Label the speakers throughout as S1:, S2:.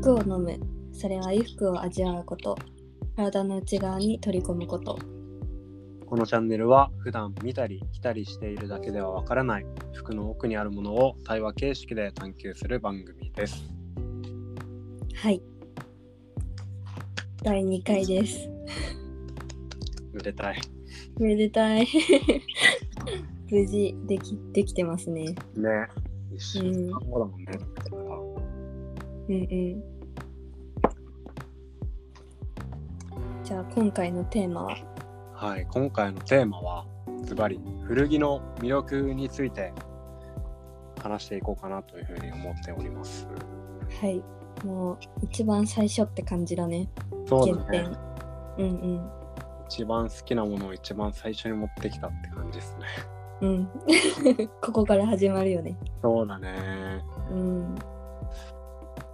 S1: 服を飲むそれは衣服を味わうこと体の内側に取り込むこと
S2: このチャンネルは普段見たり着たりしているだけではわからない服の奥にあるものを対話形式で探求する番組です。
S1: はい第2回です
S2: めでたい。
S1: めでたい 無事できできてますね
S2: ね。一週間後だもんね。
S1: うんうんじゃあ今回のテーマは
S2: はい、今回のテーマはズバリ古着の魅力について話していこうかなというふうに思っております。
S1: はいもう一番最初って感じだね
S2: そう
S1: 原
S2: だね
S1: 点。うん
S2: 一番好きなものを一番最初に持ってきたって感じですね。
S1: うんうん ここから始まるよね
S2: そうだね。
S1: うん
S2: うん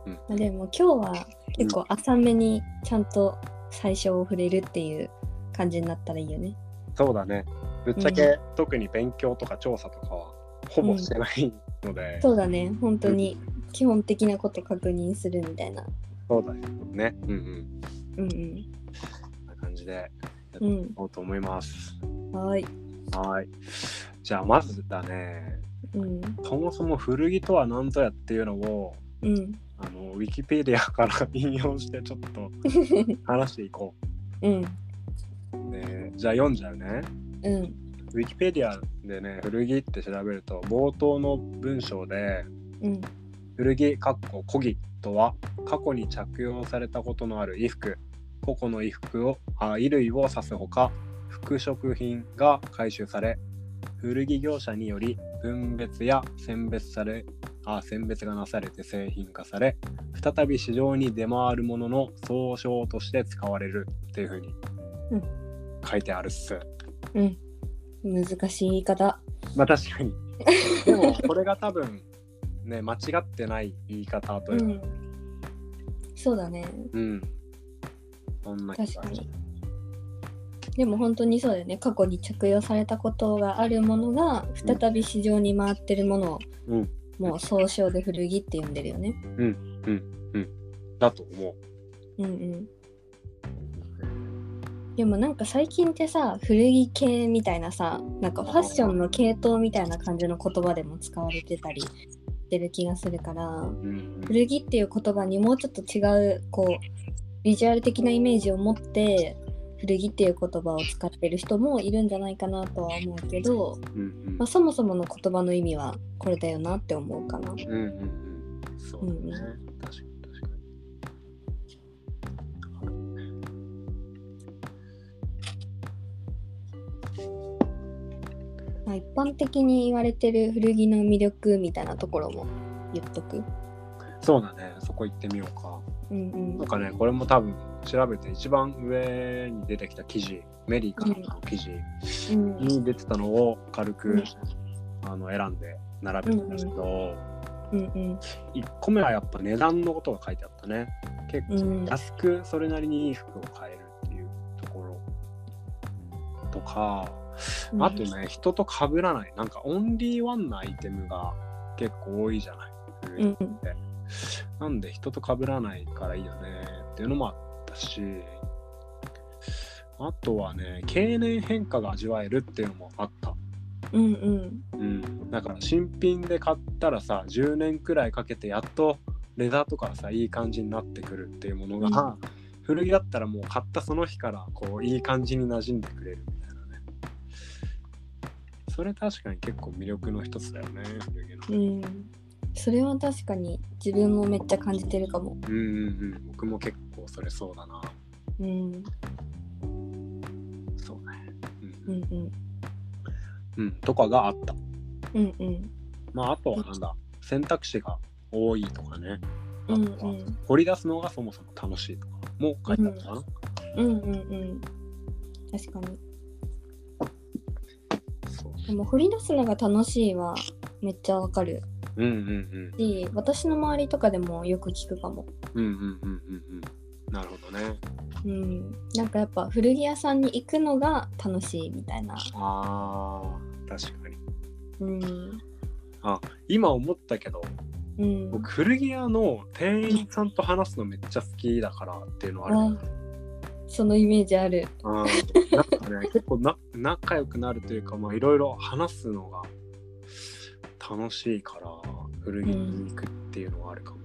S1: まあでも今日は結構浅めにちゃんと最初を触れるっていう感じになったらいいよね。
S2: そうだね。ぶっちゃけ、特に勉強とか調査とかはほぼしてないので、
S1: そうだね本当に基本的なこと確認するみたいな。
S2: そうだよね。うんうん。
S1: うん
S2: こんな感じでやって
S1: う
S2: い
S1: ん
S2: こうと思います。
S1: うん。はーい。
S2: はーい。じゃあまずだね、
S1: うん
S2: そもそも古着とは何ぞやっていうのを
S1: うん
S2: あのウィキペディアから引用してちょっ と話していこ
S1: うん
S2: う。でじゃあ読んじゃうね。
S1: うん
S2: ウィキペディアでね古着って調べると冒頭の文章で
S1: うん
S2: 古着かっこ古着とは過去に着用されたことのある衣服個々の衣服をあ衣類を指すほか服飾品が回収され古着業者により分別や選別されあ選別がなされて製品化され再び市場に出回るものの総称として使われるっていうふうに
S1: うん
S2: 書いてあるっす。
S1: うん。難しい言い方。
S2: まあ確かに。 でもこれが多分ね間違ってない言い方と
S1: う
S2: いうか、
S1: ん。そうだね。
S2: うん。そんな気が
S1: 確かに。でも本当にそうだよね。過去に着用されたことがあるものが再び市場に回ってるものを、
S2: うん
S1: もう総称で古着って呼んでるよね。
S2: だと思
S1: うんうん。でもなんか最近ってさ古着系みたいなさなんかファッションの系統みたいな感じの言葉でも使われてたりしてる気がするから
S2: う。うんうん
S1: 古着っていう言葉にもうちょっと違うこうビジュアル的なイメージを持って古着っていう言葉を使ってる人もいるんじゃないかなとは思うけど、
S2: うん
S1: まあ、そもそもの言葉の意味はこれだよなって思うかな。
S2: うんうんうん。そうだね。確かに確かに。
S1: まあ、一般的に言われてる古着の魅力みたいなところも言っとく。
S2: そうだね。そこ行ってみようか。
S1: うんうん
S2: なんかね、これも多分調べて一番上に出てきた記事、メリーからの記事
S1: うんうん
S2: に出てたのを軽
S1: う
S2: く
S1: ん
S2: あの選んで並べたんですけど、
S1: うん
S2: 1個目はやっぱ値段のことが書いてあったね。結構
S1: うん
S2: 安くそれなりにいい服を買えるっていうところとか、
S1: うん
S2: あとね人と被らないなんかオンリーワンなアイテムが結構多いじゃない、
S1: うん
S2: なんで人と被らないからいいよねっていうのもあったしあとはね経年変化が味わえるっていうのもあった
S1: うんうん
S2: うん、だから新品で買ったらさ10年くらいかけてやっとレザーとかさいい感じになってくるっていうものが、古着だったらもう買ったその日からこういい感じに馴染んでくれるみたいなねそれ確かに結構魅力の一つだよね古着
S1: う
S2: の
S1: んそれは確かに自分もめっちゃ感じてるかも。
S2: うんうんうん僕も結構それそうだな
S1: うん
S2: そうね
S1: う
S2: うんん、
S1: うん
S2: うんとかがあった
S1: うんうん
S2: まああとはなんだ選択肢が多いとかねあ
S1: うん
S2: とは掘り出すのがそもそも楽しいとかも書いてあったかな、
S1: うんうんうん確かに
S2: そう
S1: でも掘り出すのが楽しいはめっちゃわかる
S2: うんうん
S1: し私の周りとかでもよく聞くかも
S2: うんうんうんうんうんうんなるほどね
S1: うんなんかやっぱ古着屋さんに行くのが楽しいみたいな
S2: あー確かに
S1: うん
S2: 今思ったけど
S1: うん、
S2: 僕古着屋の店員さんと話すのめっちゃ好きだからっていうのはある、
S1: あそのイメージある。
S2: うんなんかね 結構な仲良くなるというかまあいろいろ話すのが楽しいから古着に行くっていうのはあるかも、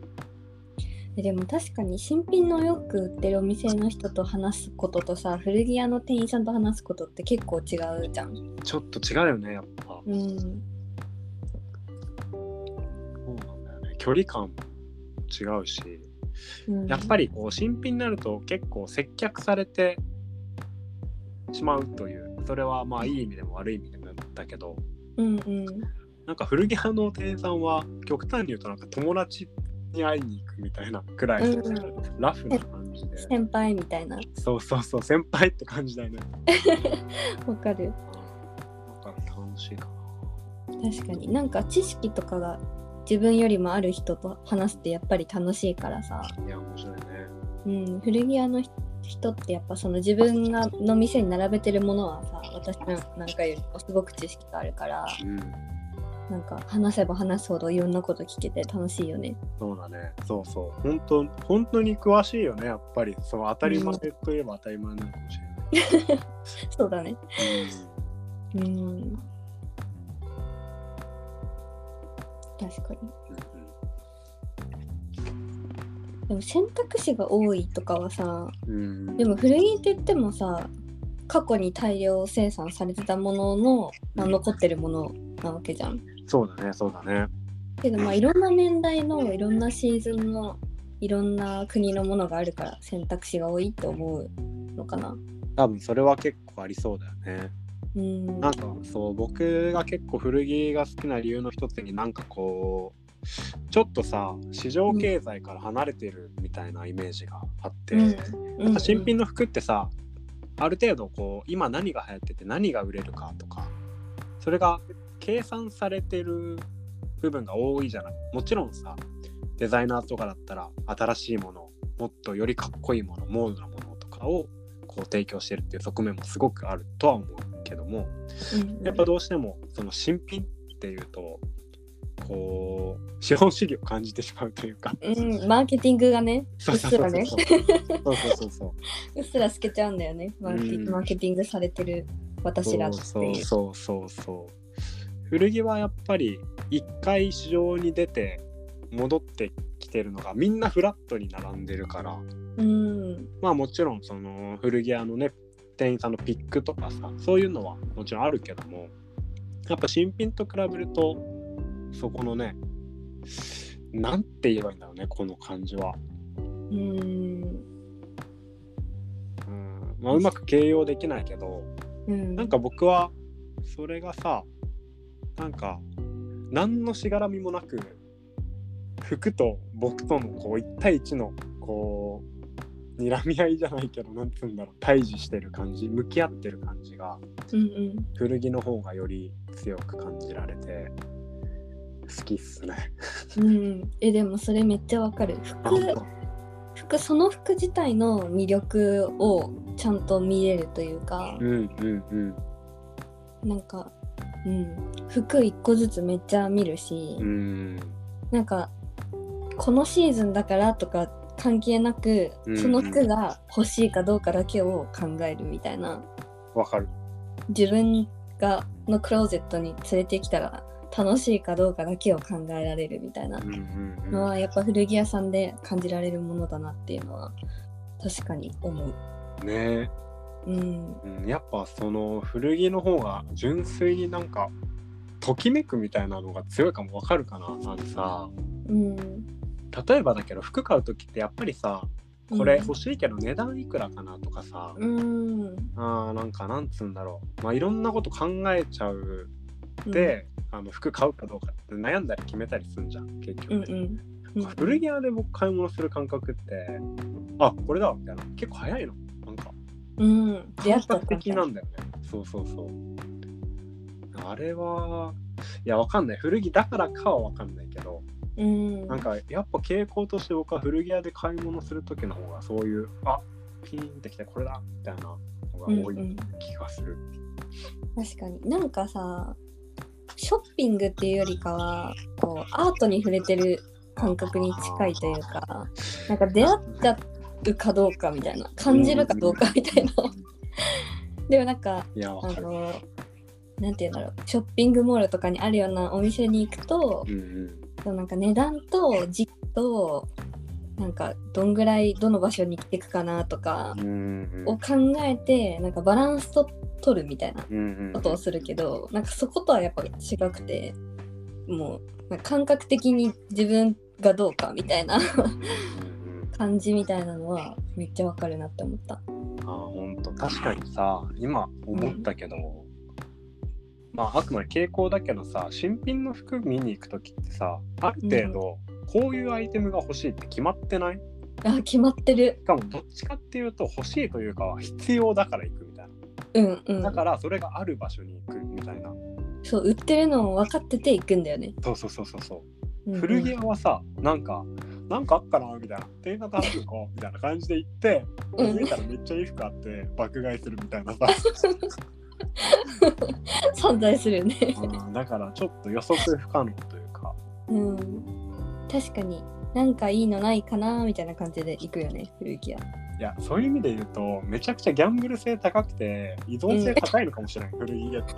S1: えでも確かに新品のお洋服売ってるお店の人と話すこととさ古着屋の店員さんと話すことって結構違うじゃん。
S2: ちょっと違うよねやっぱ
S1: うん、
S2: そうなんだよね距離感も違うし
S1: うん、
S2: やっぱりこう新品になると結構接客されてしまうというそれはまあいい意味でも悪い意味でもだけど
S1: うんうん
S2: なんか古着屋の店員さんは極端に言うとなんか友達に会いに行くみたいなくらい、
S1: うん
S2: ラフな感じで
S1: 先輩みたいな
S2: そうそうそう先輩って感じだよね
S1: わかる
S2: なんか楽しいか
S1: 確かになんか知識とかが自分よりもある人と話すってやっぱり楽しいからさ、
S2: ないや面白いね
S1: うん、古着屋の人人ってやっぱその自分がの店に並べてるものはさ私なんかよりもすごく知識があるから
S2: うん
S1: なんか話せば話すほどいろんなこと聞けて楽しいよね。
S2: そうだねそうそう本当本当に詳しいよねやっぱりそう当たり前といえば当たり前なのかもしれない、
S1: そうだね。
S2: うん
S1: うん。確かに。でも選択肢が多いとかはさ、
S2: うん
S1: でも古着って言ってもさ、過去に大量生産されてたものの、まあ、残ってるものなわけじゃん。
S2: そうだねそうだね
S1: けどまあいろんな年代のいろんなシーズンのいろんな国のものがあるから選択肢が多いって思うのかな。
S2: 多分それは結構ありそうだよね
S1: うん。
S2: なんかそう僕が結構古着が好きな理由の一つになんかこうちょっとさ市場経済から離れてるみたいなイメージがあって、
S1: うんうん
S2: 新品の服ってさある程度こう今何が流行ってて何が売れるかとかそれが計算されてる部分が多いじゃないもちろんさデザイナーとかだったら新しいものもっとよりかっこいいものモードなものとかをこう提供してるっていう側面もすごくあるとは思うけども
S1: うん
S2: やっぱどうしてもその新品っていうとこう資本主義を感じてしまうというか、
S1: うん、マーケティングがね、う
S2: そう
S1: っ
S2: そう
S1: す
S2: そう
S1: ら
S2: そう
S1: ね、
S2: そうそうそうそう
S1: うっすら透けちゃうんだよね、マーケティン
S2: うん
S1: グマーケティングされてる私らって
S2: そう
S1: いう。
S2: そうそうそう古着はやっぱり一回市場に出て戻ってきてるのがみんなフラットに並んでるから
S1: うん、
S2: まあもちろんその古着屋のね店員さんのピックとかさそういうのはもちろんあるけどもやっぱ新品と比べるとそこのねなんて言えばいいんだろうねこの感じは
S1: うん、
S2: うん、まあ、うまく形容できないけど
S1: うん、
S2: なんか僕はそれがさなんか何のしがらみもなく服と僕とのこう1対1のこう睨み合いじゃないけどなんつうんだろう対峙してる感じ向き合ってる感じが
S1: うんうん、
S2: 古着の方がより強く感じられて好きっすね。
S1: うん、え、でもそれめっちゃわかる。
S2: あ
S1: 服、服、その服自体の魅力をちゃんと見れるというか
S2: う、んうんうん
S1: なんか、うん、服一個ずつめっちゃ見るし
S2: う、ん
S1: なんかこのシーズンだからとか関係なく、
S2: うん
S1: その服が欲しいかどうかだけを考えるみたいな
S2: わかる。
S1: 自分がのクローゼットに連れてきたら楽しいかどうかだけを考えられるみたいな
S2: うんうんうん
S1: のはやっぱ古着屋さんで感じられるものだなっていうのは確かに思う。
S2: ねえ
S1: うん、
S2: うん、やっぱその古着の方が純粋になんかときめくみたいなのが強いかもわかるかななんかさ
S1: うん、
S2: 例えばだけど服買う時ってやっぱりさこ
S1: う
S2: れ
S1: ん
S2: 欲しいけど値段いくらかなとかさ、
S1: うん、
S2: あーなんかなんつうんだろう、まあ、いろんなこと考えちゃうで、あの服買うかどうかって悩んだり決めたりすんじゃん結局、
S1: うん、うんうん、
S2: 古着屋で僕買い物する感覚ってあこれだみたいな結構早いのなんか
S1: うん、出会
S2: 感
S1: った
S2: 覚的な
S1: 感
S2: んだよね。そうそうそう。あれは、いや、わかんない。古着だからかはわかんないけど、
S1: じうん、
S2: なんか、やっぱ傾向として僕は古着屋で買い物するときの方が、そういう、あピーンってきて、これだみたいなのが多い
S1: うんうん
S2: 気がする。
S1: 確かになんかさショッピングっていうよりかはこうアートに触れてる感覚に近いというかなんか出会っちゃうかどうかみたいな感じるかどうかみ たいなでもなんか
S2: いや、わ
S1: あ
S2: かる。
S1: のなんて言うんだろうショッピングモールとかにあるようなお店に行くと
S2: うんうん。
S1: そうなんか値段と時期となんかどんぐらいどの場所に来ていくかなとか
S2: うんうん
S1: を考えてなんかバランスと取るみたいな
S2: うんう
S1: こ
S2: ん
S1: とをするけどなんかそことはやっぱ違くてもうなんか感覚的に自分がどうかみたいな 感じみたいなのはめっちゃわかるなって思った。
S2: あ本当確かにさ今思ったけど、まああくまで傾向だけどさ新品の服見に行く時ってさある程度こういうアイテムが欲しいって決まってないし
S1: あ決まってる。
S2: かもどっちかっていうと欲しいというか必要だから行くみたい
S1: うんうん。
S2: なだからそれがある場所に行くみたいな
S1: そう売ってるのを分かってて行くんだよね。
S2: そうそうそうそうそう
S1: うんうん
S2: 古着屋はさなんかなんかあっかなみたいな店員さんと話してこうみたいな感じで行って気
S1: うん
S2: づいたらめっちゃいい服あって爆買いするみた いなさ
S1: 散財するよね。
S2: うんだからちょっと予測不可能というか、
S1: うん。確かになんかいいのないかなみたいな感じで行くよね古着屋。
S2: いや、そういう意味で言うと、めちゃくちゃギャンブル性高くて、依存性高いのかもしれない、古着屋って。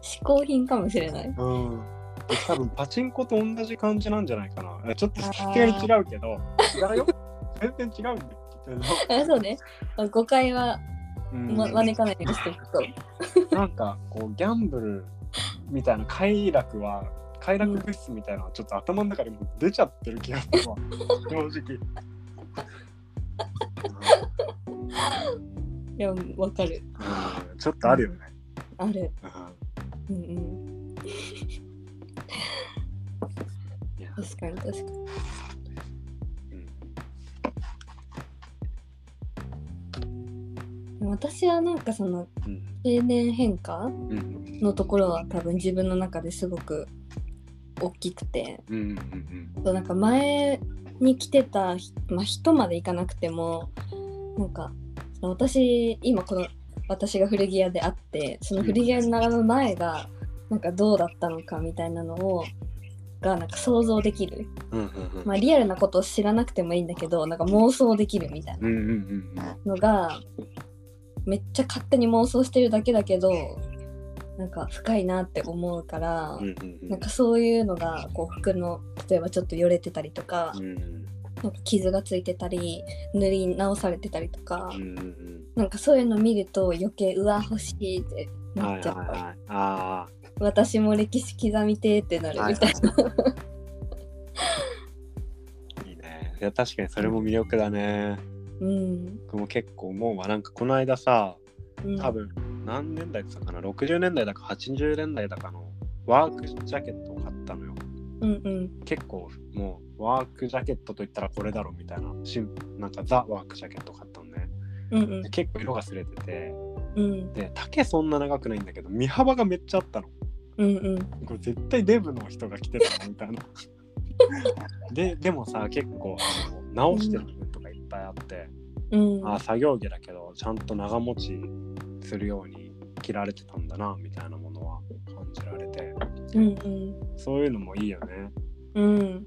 S1: 嗜好品かもしれない。
S2: うん。で多分パチンコと同じ感じなんじゃないかな。ちょっとさすがに違うけど、違うよ。全然違うんだけど。
S1: あ そうね。まあ誤解は
S2: うん
S1: ま招かないようにしていくと。
S2: なんかこうギャンブルみたいな快楽は快楽物質みたいなのはちょっと頭の中でもう出ちゃってる気がす るわ正直。
S1: いやわかる。
S2: うんちょっとあるよね。
S1: ある。
S2: うん
S1: うんうん。
S2: いや
S1: 確かに確かに。私はなんかその
S2: うん
S1: 経年変化
S2: うん
S1: のところは多分自分の中ですごく大きくて
S2: うんうんうん
S1: そうなんか前に来てた、まあ、人までいかなくてもなんかその私今この私が古着屋であってその古着屋に並ぶ前がなんかどうだったのかみたいなのをがなんか想像できる、
S2: うんうんうん
S1: まあ、リアルなことを知らなくてもいいんだけどなんか妄想できるみたいな。
S2: うんうんうん
S1: のがめっちゃ勝手に妄想してるだけだけどなんか深いなって思うから、
S2: うんうんうん
S1: なんかそういうのがこう服の例えばちょっとよれてたりとか,、
S2: うんうん
S1: なんか傷がついてたり塗り直されてたりとか、
S2: うんうん
S1: なんかそういうの見ると余計うわ欲しいって
S2: うんは
S1: ないっ
S2: はい
S1: ちゃう、
S2: はいあ
S1: 私も歴史刻みてーってなる
S2: あはい
S1: みたい
S2: はいいいねいや確かにそれも魅力だね
S1: な、うん
S2: 僕も結構思うわなんかこの間さ
S1: うん、
S2: 多分何年代って言ったかな60年代だか80年代だかのワークジャケットを買ったのよ
S1: うんうん
S2: 結構もうワークジャケットといったらこれだろみたいなしんなんかザ・ワークジャケット買ったのね
S1: うんうん
S2: で結構色がすれてて
S1: うん
S2: で丈そんな長くないんだけど身幅がめっちゃあったの
S1: うんうん
S2: これ絶対デブの人が来てたなみた いなででもさ結構あの直してる部分とかいっぱいあって、
S1: うん
S2: あー作業着だけどちゃんと長持ちするように着られてたんだなみたいなものは感じられて
S1: うん
S2: そういうのもいいよね
S1: うんうん
S2: うん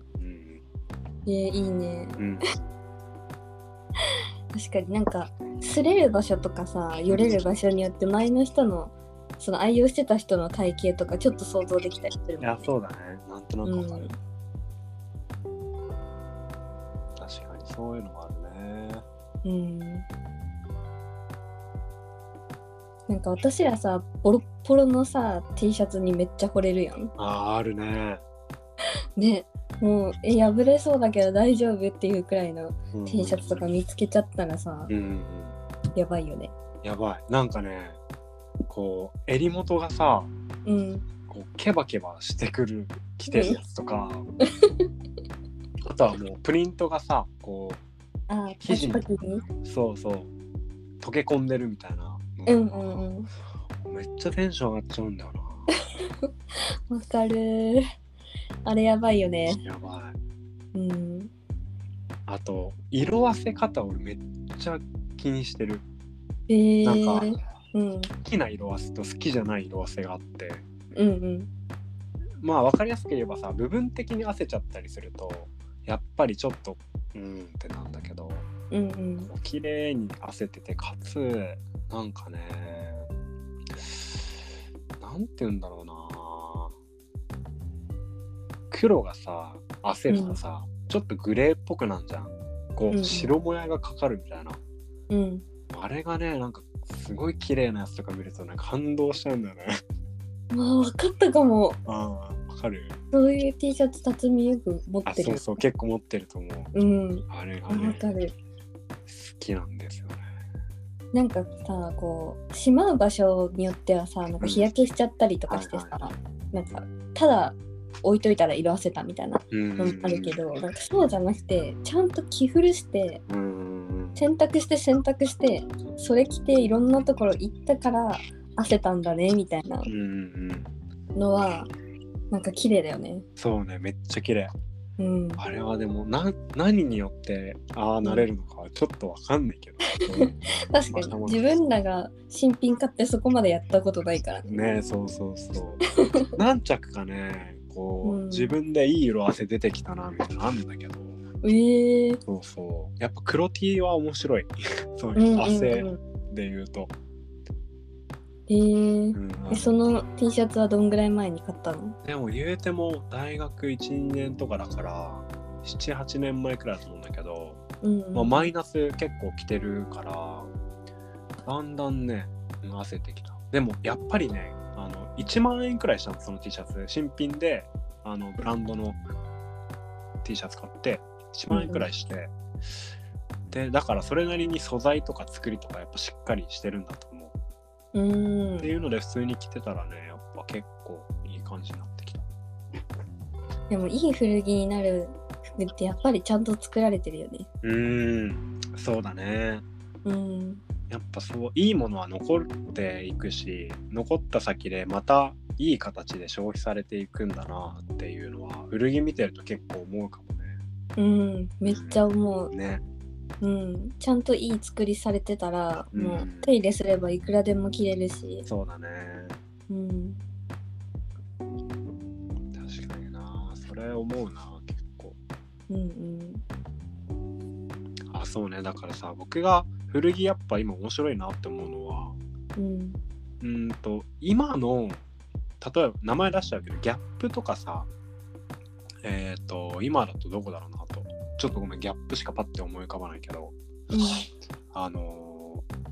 S1: えーいいね
S2: うん
S1: 確かになんか擦れる場所とかさよれる場所によって前の人のその愛用してた人の体型とかちょっと想像できたりする
S2: い
S1: もん
S2: や
S1: ね
S2: そうだねなんとなくわかる、
S1: うん
S2: 確かにそういうのもあるね
S1: うんなんか私らさボロッボロのさ T シャツにめっちゃ惚れるやん
S2: あーあるね、
S1: ねもうえ破れそうだけど大丈夫っていうくらいの
S2: うん
S1: T シャツとか見つけちゃったらさ
S2: うんうん
S1: やばいよね
S2: やばいなんかねこう襟元がさ
S1: うん
S2: こうケバケバしてくる着てるやつとかあとはもうプリントがさこ
S1: ああ
S2: 生地に
S1: パキパキに
S2: うそうそう溶け込んでるみたいな、
S1: うんうんうん
S2: めっちゃテンション上がっちゃうんだよ
S1: わかるーあれやばいよね
S2: なやばい
S1: うん
S2: あと色あせ方俺めっちゃ気にしてる
S1: えー、
S2: なんか
S1: うん
S2: 好きな色あせと好きじゃない色あせがあって
S1: うんうん
S2: まあ分かりやすく言えばさ部分的に汗ちゃったりするとやっぱりちょっとうーんってなんだけど
S1: うんうん
S2: こう綺麗に汗ててかつなんかねなんて言うんだろうな黒がさ汗るとさ、ちょっとグレーっぽくなんじゃんこ
S1: うんう
S2: うん白もやがかかるみたいな、
S1: うん
S2: あれがねなんかすごい綺麗なやつとか見るとね感動しちゃうんだよね
S1: まあ分かったかも
S2: ああわかる
S1: そういう T シャツ辰巳よく持
S2: あ
S1: って
S2: そう
S1: る
S2: そう結構持ってると思う
S1: うん
S2: あれが
S1: あわ
S2: ね
S1: か
S2: 好
S1: る
S2: きなんですよね
S1: なんかさこうしまう場所によってはさなんか日焼けしちゃったりとかしてさ、
S2: うんは
S1: なんかただ置いといたら色あせたみたいな
S2: うん
S1: のもあるけど、なんかそうじゃなくてちゃんと着古して
S2: うんうん
S1: 洗濯して洗濯してそれ着ていろんなところ行ったから汗たんだねみたいな
S2: うんうんうん
S1: のはなんか綺麗だよね。
S2: そうねめっちゃ綺麗
S1: うん、
S2: あれはでもな何によってああなれるのかはちょっとわかんない けど
S1: 確かに自分らが新品買ってそこまでやったことないからね。
S2: ねそうそ うそう何着かねこう、
S1: うん
S2: 自分でいい色汗出てきたなみたいなのあるんだけど
S1: ええ
S2: そうそうやっぱ黒 T は面白い そう
S1: うんうん
S2: いう
S1: うん
S2: 汗で言うと、
S1: えー
S2: うんあの
S1: えその T シャツはどんぐらい前に買ったの
S2: でも言うても大学12年とかだから78年前くらいだと思うんだけど、
S1: うん、
S2: まあ、マイナス結構来てるからだんだんねうん汗てきたでもやっぱりねあの1万円くらいしたのその T シャツ新品であのブランドの T シャツ買って1万円くらいして、でだからそれなりに素材とか作りとかやっぱしっかりしてるんだと思う
S1: うん
S2: っていうので普通に着てたらねやっぱ結構いい感じになってきた
S1: でもいい古着になる服ってやっぱりちゃんと作られてるよね。
S2: うーんそうだね
S1: うん
S2: やっぱそういいものは残っていくし残った先でまたいい形で消費されていくんだなっていうのは古着見てると結構思うかも
S1: うん、めっちゃ思う、
S2: ね。ね。
S1: うん、ちゃんといい作りされてたら、
S2: うん
S1: もう手入れすればいくらでも着れるし、
S2: そうだね。
S1: うん、
S2: 確かにな。それ思うな結構。
S1: うんうん
S2: あそうねだからさ僕が古着やっぱ今面白いなって思うのは
S1: うん
S2: うーんと今の例えば名前出しちゃうけどギャップとかさえっ、と今だとどこだろうなとちょっとごめんギャップしかパッて思い浮かばないけど。
S1: うん
S2: あのー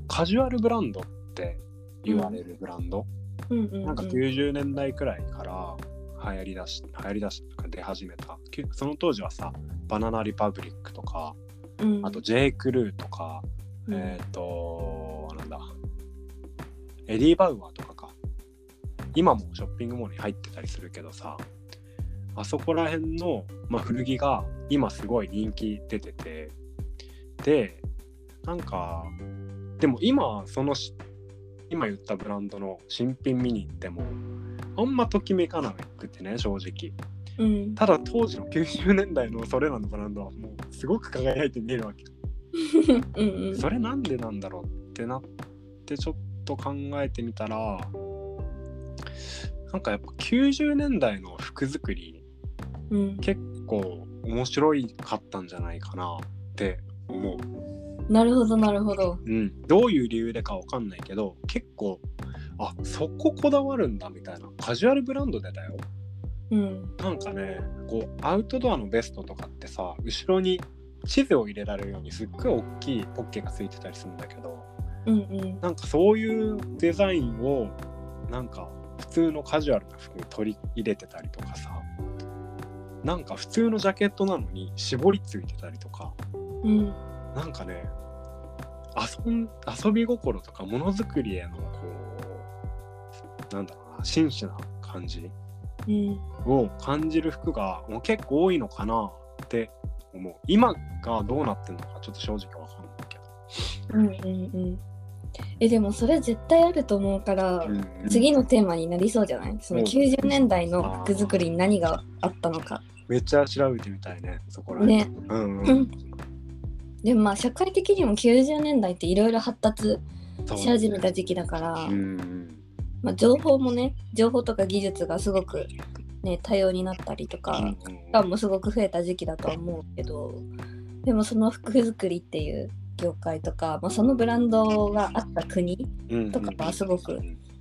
S2: カジュアルブランドって言われるブランド、
S1: うんうん
S2: なんか90年代くらいから流行りだし流行りだしとか出始めたきゅその当時はさバナナリパブリックとか
S1: うん
S2: あと J. クルーとか、
S1: うん
S2: えっ、となんだエディ・バウアーとかか今もショッピングモールに入ってたりするけどさあそこら辺の、まあ、古着が今すごい人気出ててでなんかでも今そのし今言ったブランドの新品見に行ってもあんまときめかなくてね正直
S1: うん
S2: ただ当時の90年代のそれらのブランドはもうすごく輝いて見えるわけ
S1: うんうん
S2: それなんでなんだろうってなってちょっと考えてみたらなんかやっぱ90年代の服作り
S1: うん
S2: 結構面白いかったんじゃないかなって思う。
S1: なるほどなるほど
S2: うん、どういう理由でかわかんないけど結構あそここだわるんだみたいなカジュアルブランドでだよ
S1: うん
S2: なんかねこうアウトドアのベストとかってさ後ろに地図を入れられるようにすっごい大きいポッケがついてたりするんだけど、
S1: うんうん
S2: なんかそういうデザインをなんか普通のカジュアルな服に取り入れてたりとかさなんか普通のジャケットなのに絞りついてたりとか
S1: うん
S2: なんかね遊ん遊び心とかものづくりへのこうなんだろうな真摯な感じ
S1: うん
S2: を感じる服がもう結構多いのかなって思う今がどうなってるのかちょっと正直わかんないけど。
S1: うんうんうんえでもそれ絶対あると思うから、
S2: うん
S1: 次のテーマになりそうじゃないその
S2: うん
S1: 90年代の服作りに何があったのか。
S2: めっちゃ調べてみたいねそこら辺。
S1: ね、
S2: うんうん
S1: うんでもまあ社会的にも90年代っていろいろ発達し始めた時期だから、
S2: うん
S1: まあ、情報もね情報とか技術がすごくね、多様になったりと
S2: うん
S1: か
S2: うん
S1: がもすごく増えた時期だとは思うけどでもその服作りっていう業界とか、まあ、そのブランドがあった国
S2: うんうん
S1: とかはすごく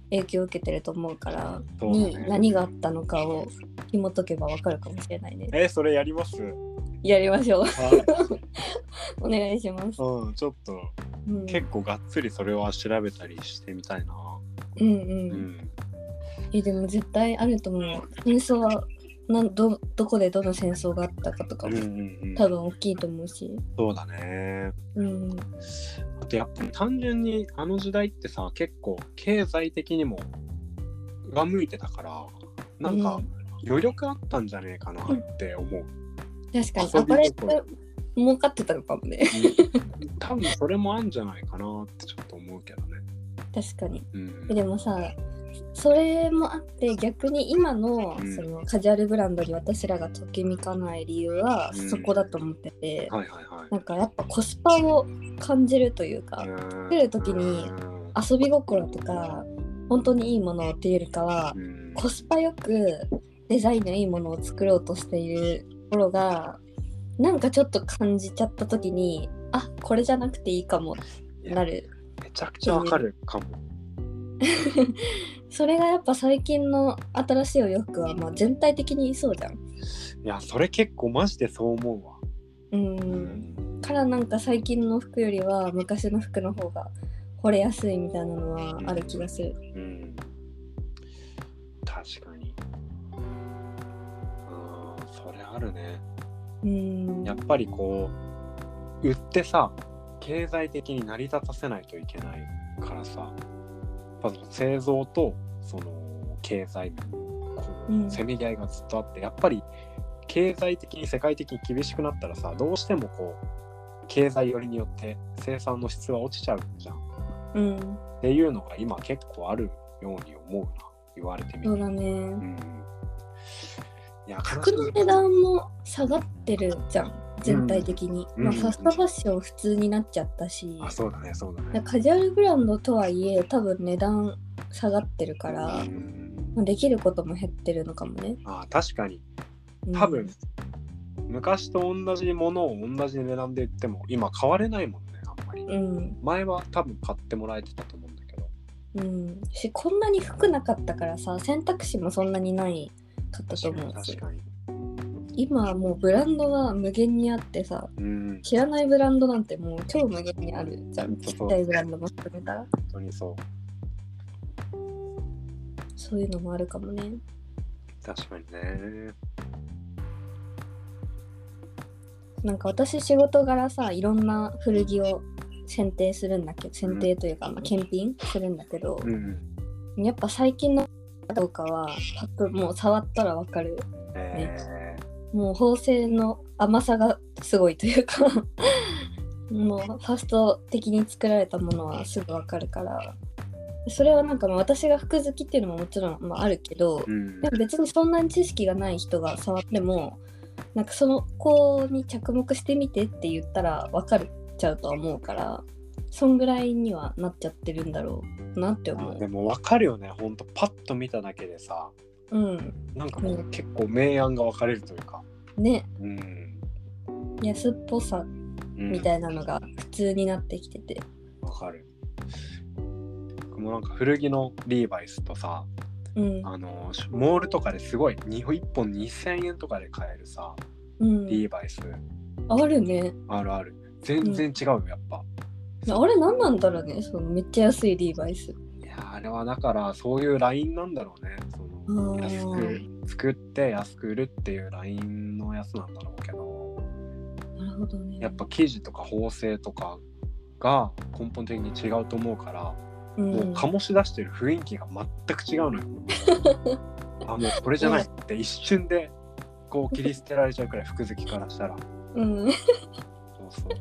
S1: 影響を受けてると思うから
S2: そうだね
S1: に何があったのかを紐解けばわかるかもしれないね。
S2: えそれやります
S1: やりましょう。
S2: は
S1: お願いします。
S2: いうんちょっと
S1: うん、
S2: 結構がっつりそれは調べたりしてみたいな
S1: うん
S2: う
S1: うん。
S2: ん
S1: えでも絶対あると思う。戦争はなんどどこでどの戦争があったかとか
S2: うんう
S1: も
S2: んうん
S1: 多分大きいと思うし。
S2: そうだね
S1: うん。
S2: あとやっぱり単純にあの時代ってさ結構経済的にも上向いてたからなんか
S1: うん
S2: 余力あったんじゃねえかなって思う、
S1: 確かに。
S2: 遊
S1: あ
S2: び
S1: これ
S2: 心
S1: 儲かってたのかもね。
S2: 多分それもあんじゃないかなってちょっと思うけどね、
S1: 確かに。
S2: うん
S1: でもさそれもあって逆に今の
S2: うん
S1: そのカジュアルブランドに私らがときめかない理由は
S2: うん
S1: そこだと思ってて、
S2: はいはいはい
S1: なんかやっぱコスパを感じるというか、
S2: 作
S1: 作る時に遊び心とか本当にいいものっていうよりかはコスパよくデザインのいいものを作ろうとしているところがなんかちょっと感じちゃった時にあこれじゃなくていいかもってなる
S2: めちゃくちゃわかるかも、
S1: それがやっぱ最近の新しいお洋服はまあ全体的にそうじゃん。
S2: いやそれ結構マジでそう思うわ
S1: うんからなんか最近の服よりは昔の服の方が惚れやすいみたいなのはある気がする。
S2: うん確かにあーそれあるね
S1: うん
S2: やっぱりこう売ってさ経済的に成り立たせないといけないからさやっぱその製造とその経済面こう
S1: うん
S2: せめぎ合いがずっとあって、やっぱり経済的に世界的に厳しくなったらさどうしてもこう経済寄りによって生産の質は落ちちゃうじゃん
S1: うん
S2: っていうのが今結構あるように思うな言われてみ
S1: そう
S2: る。
S1: だね
S2: う。んいや
S1: 服の値段も下がってるじゃん全体的に。
S2: うん
S1: まあ
S2: うん
S1: ファストファッション普通になっちゃったし
S2: あそうだねそうだね。
S1: カジュアルブランドとはいえ多分値段下がってるから
S2: う、ん
S1: まあできることも減ってるのかもね。
S2: あ確かに
S1: うん
S2: 多分、昔と同じものを同じ値段で売っても今買われないもんねあんまり。
S1: うん
S2: 前は多分買ってもらえてたと思うんだけど。
S1: うん、しこんなに服なかったからさ選択肢もそんなにないかったと思うんです
S2: 確
S1: よ
S2: かに。
S1: 今はもうブランドが無限にあってさ
S2: うん
S1: 知らないブランドなんてもう超無限にあるじゃん
S2: そう
S1: ち
S2: そう
S1: っちゃいブランドも含めたら
S2: 本当にそう
S1: そういうのもあるかもね
S2: 確かにね。
S1: なんか私仕事柄さいろんな古着を選定するんだけど選定というか、まあ、検品するんだけど
S2: う、ん。
S1: やっぱ最近のかどうかはパッともう触ったらわかる
S2: えー
S1: もう縫製の甘さがすごいというか もうファスト的に作られたものはすぐわかるからそれはなんかまあ私が服好きっていうのももちろんまああるけど
S2: うん
S1: でも別にそんなに知識がない人が触ってもなんかその子に着目してみてって言ったらわかるっちゃうとは思うからそんぐらいにはなっちゃってるんだろうなって思
S2: あで
S1: う。
S2: も分かるよねほんとパッと見ただけでさ
S1: うん、
S2: なんかも
S1: う
S2: う結構明暗が分かれるというか。
S1: ね
S2: うん
S1: 安っぽさみた
S2: い
S1: いなのが普通になってきてて。
S2: な。わかる。僕もなんか古着のリーバイスとさ、
S1: うん、
S2: あのーモールとかですごいに1本2000円とかで買えるさ、
S1: うん、
S2: リーバイス
S1: あるね。
S2: あるある。全然違うよ、やっぱ。
S1: あれ何なんだろうね。そのめっちゃ安いリーバイス。
S2: いやーあれはだからそういうラインなんだろうね。その
S1: あー
S2: 安く作って安く売るっていうラインのやつなんだろうけど。
S1: なるほどね。
S2: やっぱ生地とか縫製とかが根本的に違うと思うから、
S1: う、
S2: もうん醸し出してる雰囲気が全く違うのよ。 あもうこれじゃないって一瞬でこう切り捨てられちゃうくらい服好きからしたら。
S1: うん、
S2: そうそう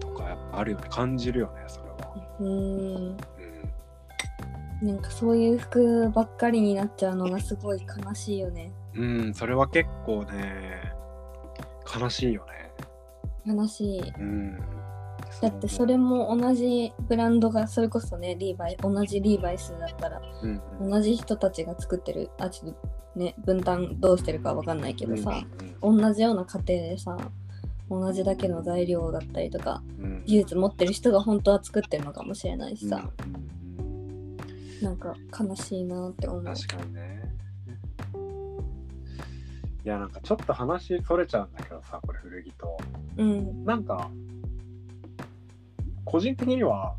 S2: とかやっぱあるよね感じるよねそれは。
S1: うん。
S2: うん
S1: なんかそういう服ばっかりになっちゃうのがすごい悲しいよね。
S2: うん、それは結構ね悲しいよね。
S1: 悲しい。
S2: うん、
S1: だってそれも同じブランドがそれこそねリーバイ同じリーバイスだったら
S2: うんうん
S1: 同じ人たちが作ってるあちょっとね分担どうしてるかわかんないけどさ、同じような過程でさ同じだけの材料だったりとか
S2: うんうん
S1: 技術持ってる人が本当は作ってるのかもしれないしさ、
S2: うんうんうん
S1: なんか悲しいなって思う。
S2: 確かにねいやなんかちょっと話それちゃうんだけどさこれ古着と
S1: うん
S2: なんか個人的には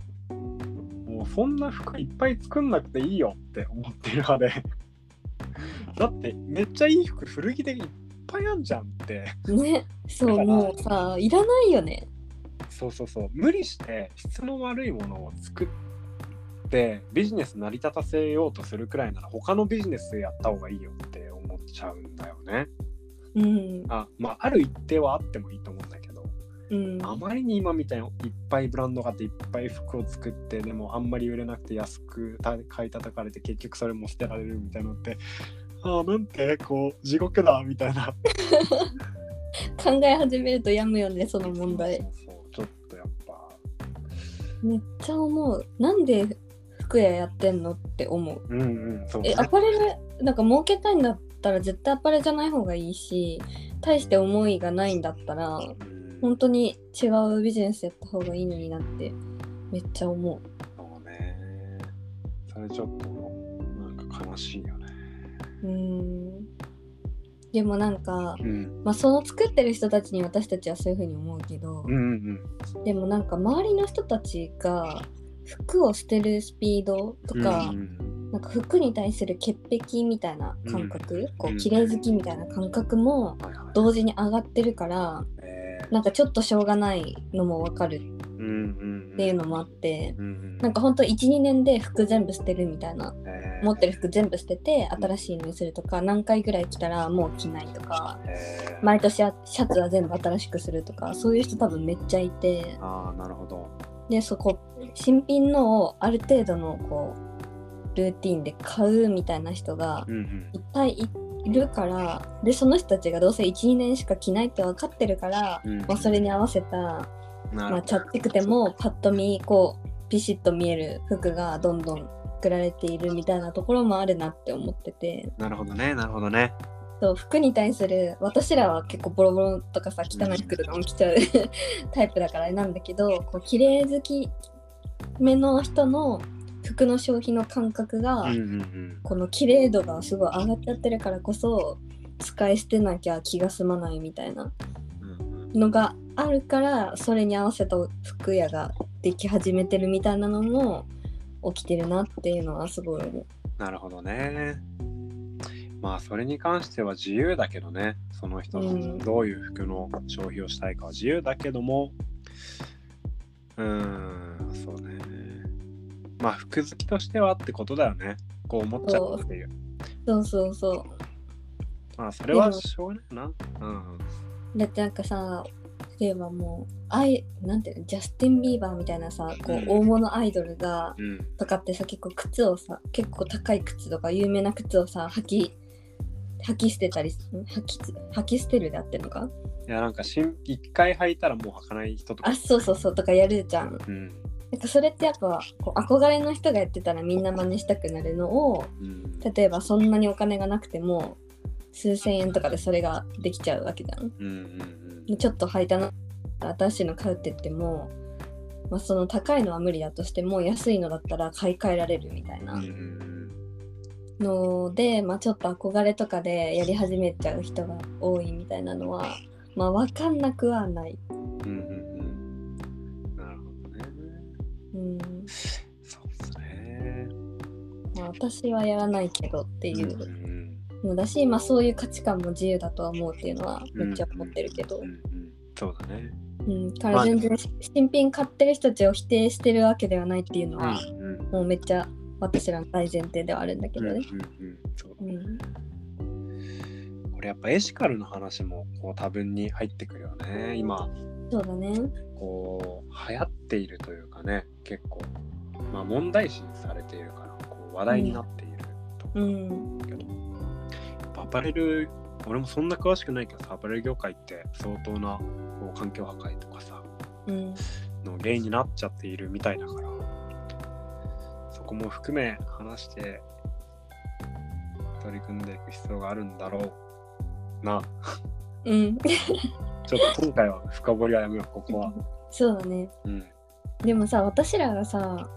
S2: もうそんな服いっぱい作んなくていいよって思ってる派でだってめっちゃいい服古着でいっぱいあんじゃんって
S1: ねそう
S2: だから
S1: もうさいらないよね。
S2: そうそうそう無理して質の悪いものを作ってビジネス成り立たせようとするくらいなら他のビジネスやった方がいいよって思っちゃうんだよね。
S1: うん
S2: あまあある一定はあってもいいと思うんだけど
S1: うん
S2: あまりに今みたいにいっぱいブランドがあっていっぱい服を作ってでもあんまり売れなくて安くた買い叩かれて結局それも捨てられるみたいなのってああなんてこう地獄だみたいな
S1: 考え始めるとやむよねその問題
S2: そ。うそうそうちょっとやっぱ
S1: めっちゃ思う。なんで服屋やってんのって思う。
S2: うんうんそう
S1: え
S2: ね
S1: アパレルなんか儲けたいんだったら絶対アパレルじゃない方がいいし大して思いがないんだったら
S2: うん
S1: 本当に違うビジネスやった方がいいのになってめっちゃ思う。
S2: そうね。それちょっと、なんか悲しいよね。
S1: うんでもなんか、
S2: うん。
S1: まあ、その作ってる人たちに私たちはそういうふうに思うけど、
S2: うんうん
S1: でもなんか周りの人たちが服を捨てるスピードと
S2: うん。
S1: か,、
S2: うん
S1: なんか服に対する潔癖みたいな感覚、こう
S2: う
S1: ん綺麗好きみたいな感覚も
S2: はいはい。
S1: 同時に上がってるから
S2: えー
S1: なんかちょっとしょうがないのもわかる
S2: うんうん。
S1: っていうのもあって
S2: うんうん。
S1: なんかほんと12年で服全部捨てるみたいな
S2: えー
S1: 持ってる服全部捨てて新しいのにするとか何回ぐらい着たらもう着ないとか
S2: えー
S1: 毎年はシャツは全部新しくするとかそういう人多分めっちゃいて
S2: ああ、なるほど。
S1: でそこ新品のをある程度のこうルーティンで買うみたいな人が
S2: うんうん
S1: いっぱいいいるからでその人たちがどうせ12年しか着ないって分かってるから、
S2: うん
S1: まあ、それに合わせた、
S2: なる
S1: ま
S2: ほ
S1: あ、
S2: ど
S1: ちゃってくてもパッと見こうピシッと見える服がどんどん作られているみたいなところもあるなって思ってて。
S2: なるほどね、なるほどね。
S1: そう服に対する私らは結構ボロボロとかさ汚い服とかも着ちゃう タイプだからあれなんだけどこう綺麗好き目の人の服の消費の感覚が、
S2: うんうんうん。
S1: この綺麗度がすごい上がっちゃってるからこそ使い捨てなきゃ気が済まないみたいな
S2: うんうん
S1: のがあるからそれに合わせた服屋ができ始めてるみたいなのも起きてるなっていうのはすごい思う。
S2: なるほどね。まあそれに関しては自由だけどねその人
S1: う
S2: の
S1: ん
S2: どういう服の消費をしたいかは自由だけどもうーんそうねまあ服好きとしてはってことだよねこう思っちゃうっていう
S1: そうそうそう
S2: まあそれは
S1: でも
S2: しょうがないなうん
S1: だってなんかさ例えばもうアイなんていうのジャスティン・ビーバーみたいなさこう
S2: うん
S1: 大物アイドルが
S2: うん
S1: とかってさ結構靴をさ結構高い靴とか有名な靴をさ履き履き捨てたりん履きつ履き捨てるであってんのか
S2: いやなんかしん一回履いたらもう履かない人とか
S1: あそうそうそうとかやるじゃん
S2: うん
S1: なんかそれってやっぱこう憧れの人がやってたらみんな真似したくなるのを
S2: うん
S1: 例えばそんなにお金がなくても数千円とかでそれができちゃうわけじゃん
S2: うんうん
S1: ちょっと履いたな新しいの買うって言っても、まあ、その高いのは無理だとしても安いのだったら買い替えられるみたい
S2: うんう
S1: なん
S2: うん
S1: ので、まあ、ちょっと憧れとかでやり始めちゃう人が多いみたいなのは、まあ、分かんなくはない。
S2: うんうんうんなるほどね
S1: うん
S2: そうですね。
S1: まあ、私はやらないけどってい
S2: うんう
S1: うんのだし、まあ、そういう価値観も自由だとは思うっていうのはめっちゃ思ってるけど
S2: うんう、んそうだね。
S1: うん、から全然新品買ってる人たちを否定してるわけではないっていうのは
S2: うんうん
S1: もうめっちゃ私らの大前提ではあるんだけ
S2: うん
S1: ど
S2: うん
S1: ね。
S2: うんそうだ
S1: う
S2: ね
S1: ん
S2: これやっぱエシカルの話もこう多分に入ってくるよね。今
S1: そうだね。
S2: こう流行っているというかね結構、まあ、問題視されているからこう話題になっていると
S1: う
S2: 思う
S1: ん。
S2: んだけど、やっぱアパレル俺もそんな詳しくないけどさアパレル業界って相当なこう環境破壊とかさ
S1: うん。
S2: の原因になっちゃっているみたいだからそこも含め話して取り組んでいく必要があるんだろうな
S1: うん、
S2: ちょっと今回は深掘りはやめようここは、
S1: そうだね。
S2: うん、
S1: でもさ、私らがさ、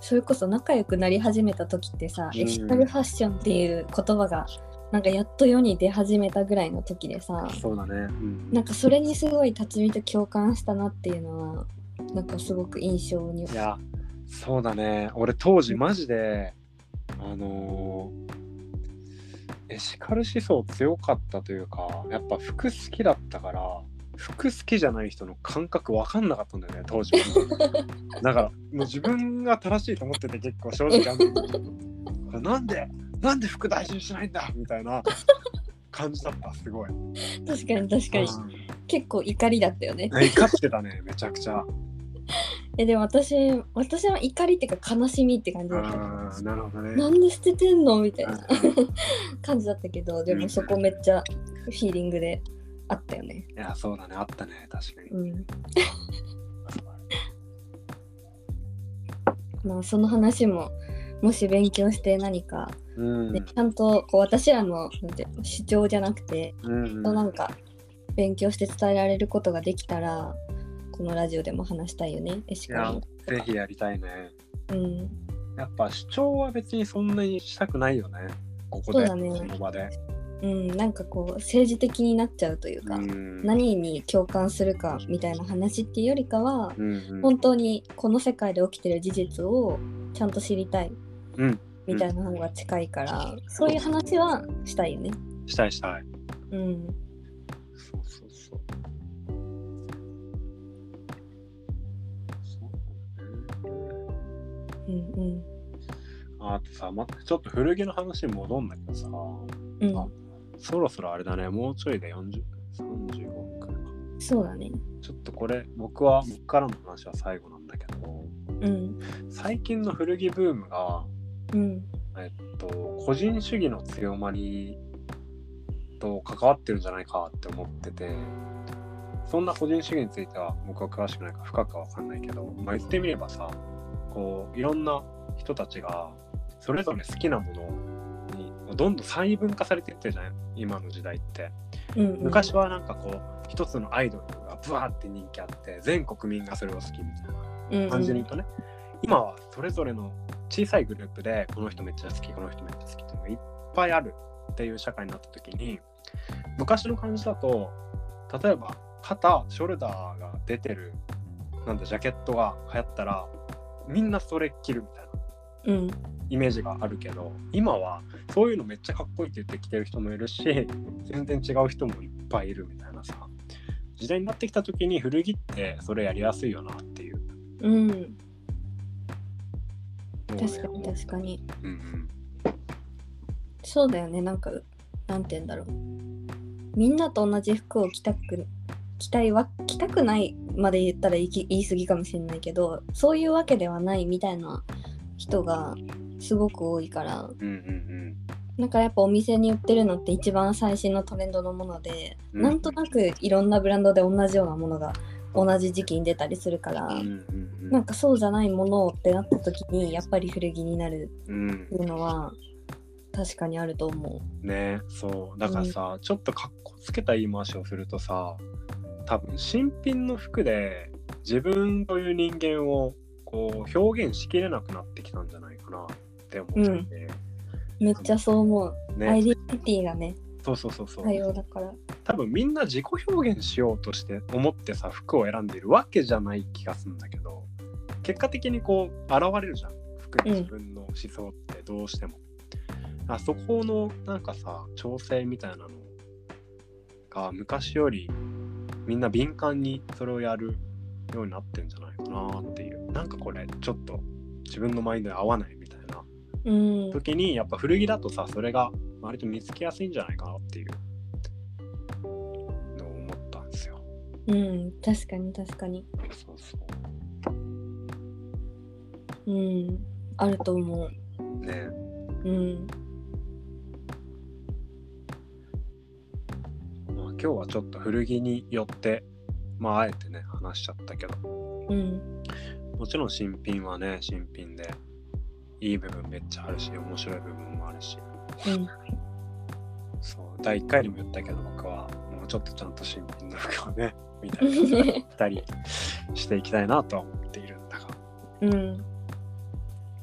S1: それこそ仲良くなり始めた時ってさ、
S2: うん
S1: エシカルファッションっていう言葉が、なんかやっと世に出始めたぐらいの時でさ、
S2: そうだね、うん、
S1: なんかそれにすごい辰巳と共感したなっていうのは、なんかすごく印象に
S2: い。やそうだね俺当時マジであのーエシカル思想強かったというかやっぱ服好きだったから服好きじゃない人の感覚分かんなかったんだよね当時 だからもう自分が正しいと思ってて結構正直あのなんでなんで服大事にしないんだみたいな感じだったすごい、
S1: 確かに確かに。
S2: う
S1: 結構怒りだったよね。
S2: ん、怒ってたねめちゃくちゃ
S1: え、でも私、私は怒りっていうか悲しみって感じだった。
S2: あーなるほどね
S1: なんで捨ててんのみたいな
S2: うん
S1: 感じだったけど、でもそこめっちゃフィーリングであったよね。
S2: いやそうだねあったね確かに
S1: うん。まあその話ももし勉強して何か、
S2: うん
S1: ねちゃんとこう私らのなんていうの主張じゃなくて、
S2: うん
S1: な
S2: うん
S1: んか勉強して伝えられることができたらこのラジオでも話したいよねエシ
S2: い
S1: カ
S2: や
S1: ル
S2: ぜひやりたいね
S1: うん
S2: やっぱ主張は別にそんなにしたくないよねここ
S1: そう
S2: で
S1: だね
S2: の場で
S1: うんなんかこう政治的になっちゃうというか、
S2: うん
S1: 何に共感するかみたいな話っていうよりかは
S2: うんうん
S1: 本当にこの世界で起きてる事実をちゃんと知りたい
S2: うん
S1: みたいな方が近いから、そういう話はしたいよね。
S2: したいしたい
S1: うん、
S2: そうそうそうそうね
S1: うん、
S2: あとさ、ま、ちょっと古着の話に戻んだけどさ
S1: うん、う
S2: あ
S1: ん、
S2: そろそろあれだねもうちょいで40 35分くらいか
S1: そうだね。
S2: ちょっとこれ僕は僕からの話は最後なんだけど
S1: うん、
S2: 最近の古着ブームが
S1: うん、
S2: えっと、個人主義の強まりと関わってるんじゃないかって思っててそんな個人主義については僕は詳しくないから深くは分かんないけど、まあ、言ってみればさこういろんな人たちがそれぞれ好きなものにどんどん細分化されていってるじゃない今の時代って。
S1: うん、うん、
S2: 昔はなんかこう一つのアイドルがブワーって人気あって全国民がそれを好きみたいな。感じに言うとね、今はそれぞれの小さいグループでこの人めっちゃ好きこの人めっちゃ好きっていうのがいっぱいあるっていう社会になった時に昔の感じだと例えば肩ショルダーが出てるなんだジャケットが流行ったらみんなそれ着るみたいな
S1: うん、うん、
S2: イメージがあるけど今はそういうのめっちゃかっこいいって言って着てる人もいるし全然違う人もいっぱいいるみたいなさ時代になってきた時に古着ってそれやりやすいよなっていう
S1: うん、
S2: のをね
S1: 確かに、確かに。
S2: うんうん
S1: そうだよね、なんか、なんて言うんだろう。みんなと同じ服を着たく、着たいわ、着たくないまで言ったら言いき言い過ぎかもしれないけど、そういうわけではないみたいな人がすごく多いから、
S2: うんうん
S1: なんかやっぱお店に売ってるのって一番最新のトレンドのもので、
S2: うん
S1: なんとなくいろんなブランドで同じようなものが同じ時期に出たりするから、
S2: うんうんうん
S1: なんかそうじゃないものをってなった時にやっぱり古着になる
S2: うん
S1: っていうのは確かにあると思
S2: ねそうだからさ、ちょっとかっこつけた言い回しをするとさ多分新品の服で自分という人間をこう表現しきれなくなってきたんじゃないかなって思っちゃって、
S1: うめっちゃそう思う、アイ
S2: ね
S1: デンティティがね
S2: そうそうそうそう
S1: 多様だから
S2: 多分みんな自己表現しようとして思ってさ服を選んでいるわけじゃない気がするんだけど結果的にこう現れるじゃん服に
S1: うん
S2: 自分の思想ってどうしても、あそこのなんかさ調整みたいなのが昔よりみんな敏感にそれをやるようになってんじゃないかなっていうなんかこれちょっと自分のマインドに合わないみたいな
S1: うん
S2: 時にやっぱ古着だとさそれが割と見つけやすいんじゃないかなっていうのを思ったんですよ。
S1: うん確かに確かに
S2: そうそう
S1: うんあると思う
S2: ね
S1: うん
S2: まあ、今日はちょっと古着によってまああえてね話しちゃったけど
S1: うん
S2: もちろん新品はね新品でいい部分めっちゃあるし面白い部分もあるし
S1: うん
S2: そう第1回でも言ったけど僕はもうちょっとちゃんと新品の服をねみたいな
S1: う
S2: たりしていきたいなとは思っているんだが
S1: ん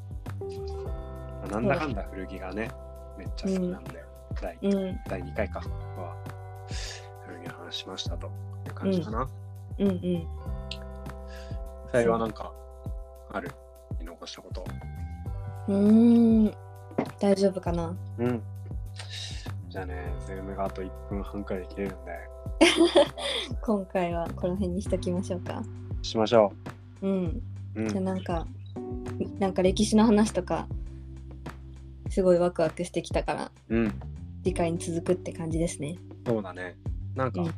S2: まあなんだかんだ古着がねめっちゃ好きなんで、第
S1: うん
S2: 第2回かは古着の話しましたという感じかな。
S1: うんうん
S2: それはなんかある見残したこと。
S1: うーん大丈夫かな
S2: うん。じゃあね、ズームがあと1分半くらいで切れるんで、
S1: 今回はこの辺にしときましょうか
S2: しましょ
S1: うん
S2: う。うん
S1: じゃあなんかなんか歴史の話とかすごいワクワクしてきたから
S2: うん、
S1: 次回に続くって感じですね
S2: そうだね。なんか、
S1: うん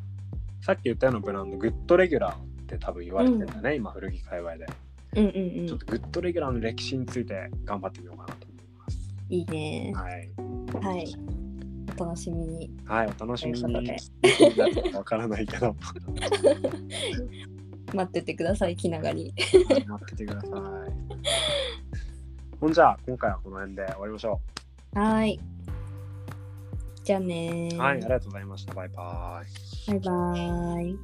S2: さっき言ったようなブランド、グッドレギュラーって多分言われてんだね、今、古着界隈で。
S1: うんうん
S2: ち
S1: う
S2: ょっ
S1: ん
S2: とグッドレギュラーの歴史について頑張ってみようかなと思います。
S1: いいね
S2: はい。
S1: はいお楽しみに
S2: はい、お楽しみ
S1: ということ
S2: に
S1: で。
S2: わからないけ ど、
S1: 待っててください気長に
S2: 待っててください。ほんじゃあ、今回はこの辺で終わりましょ
S1: はーいじゃあねー
S2: う。はい、ありがとうございました。バイバイ。
S1: バイバーイ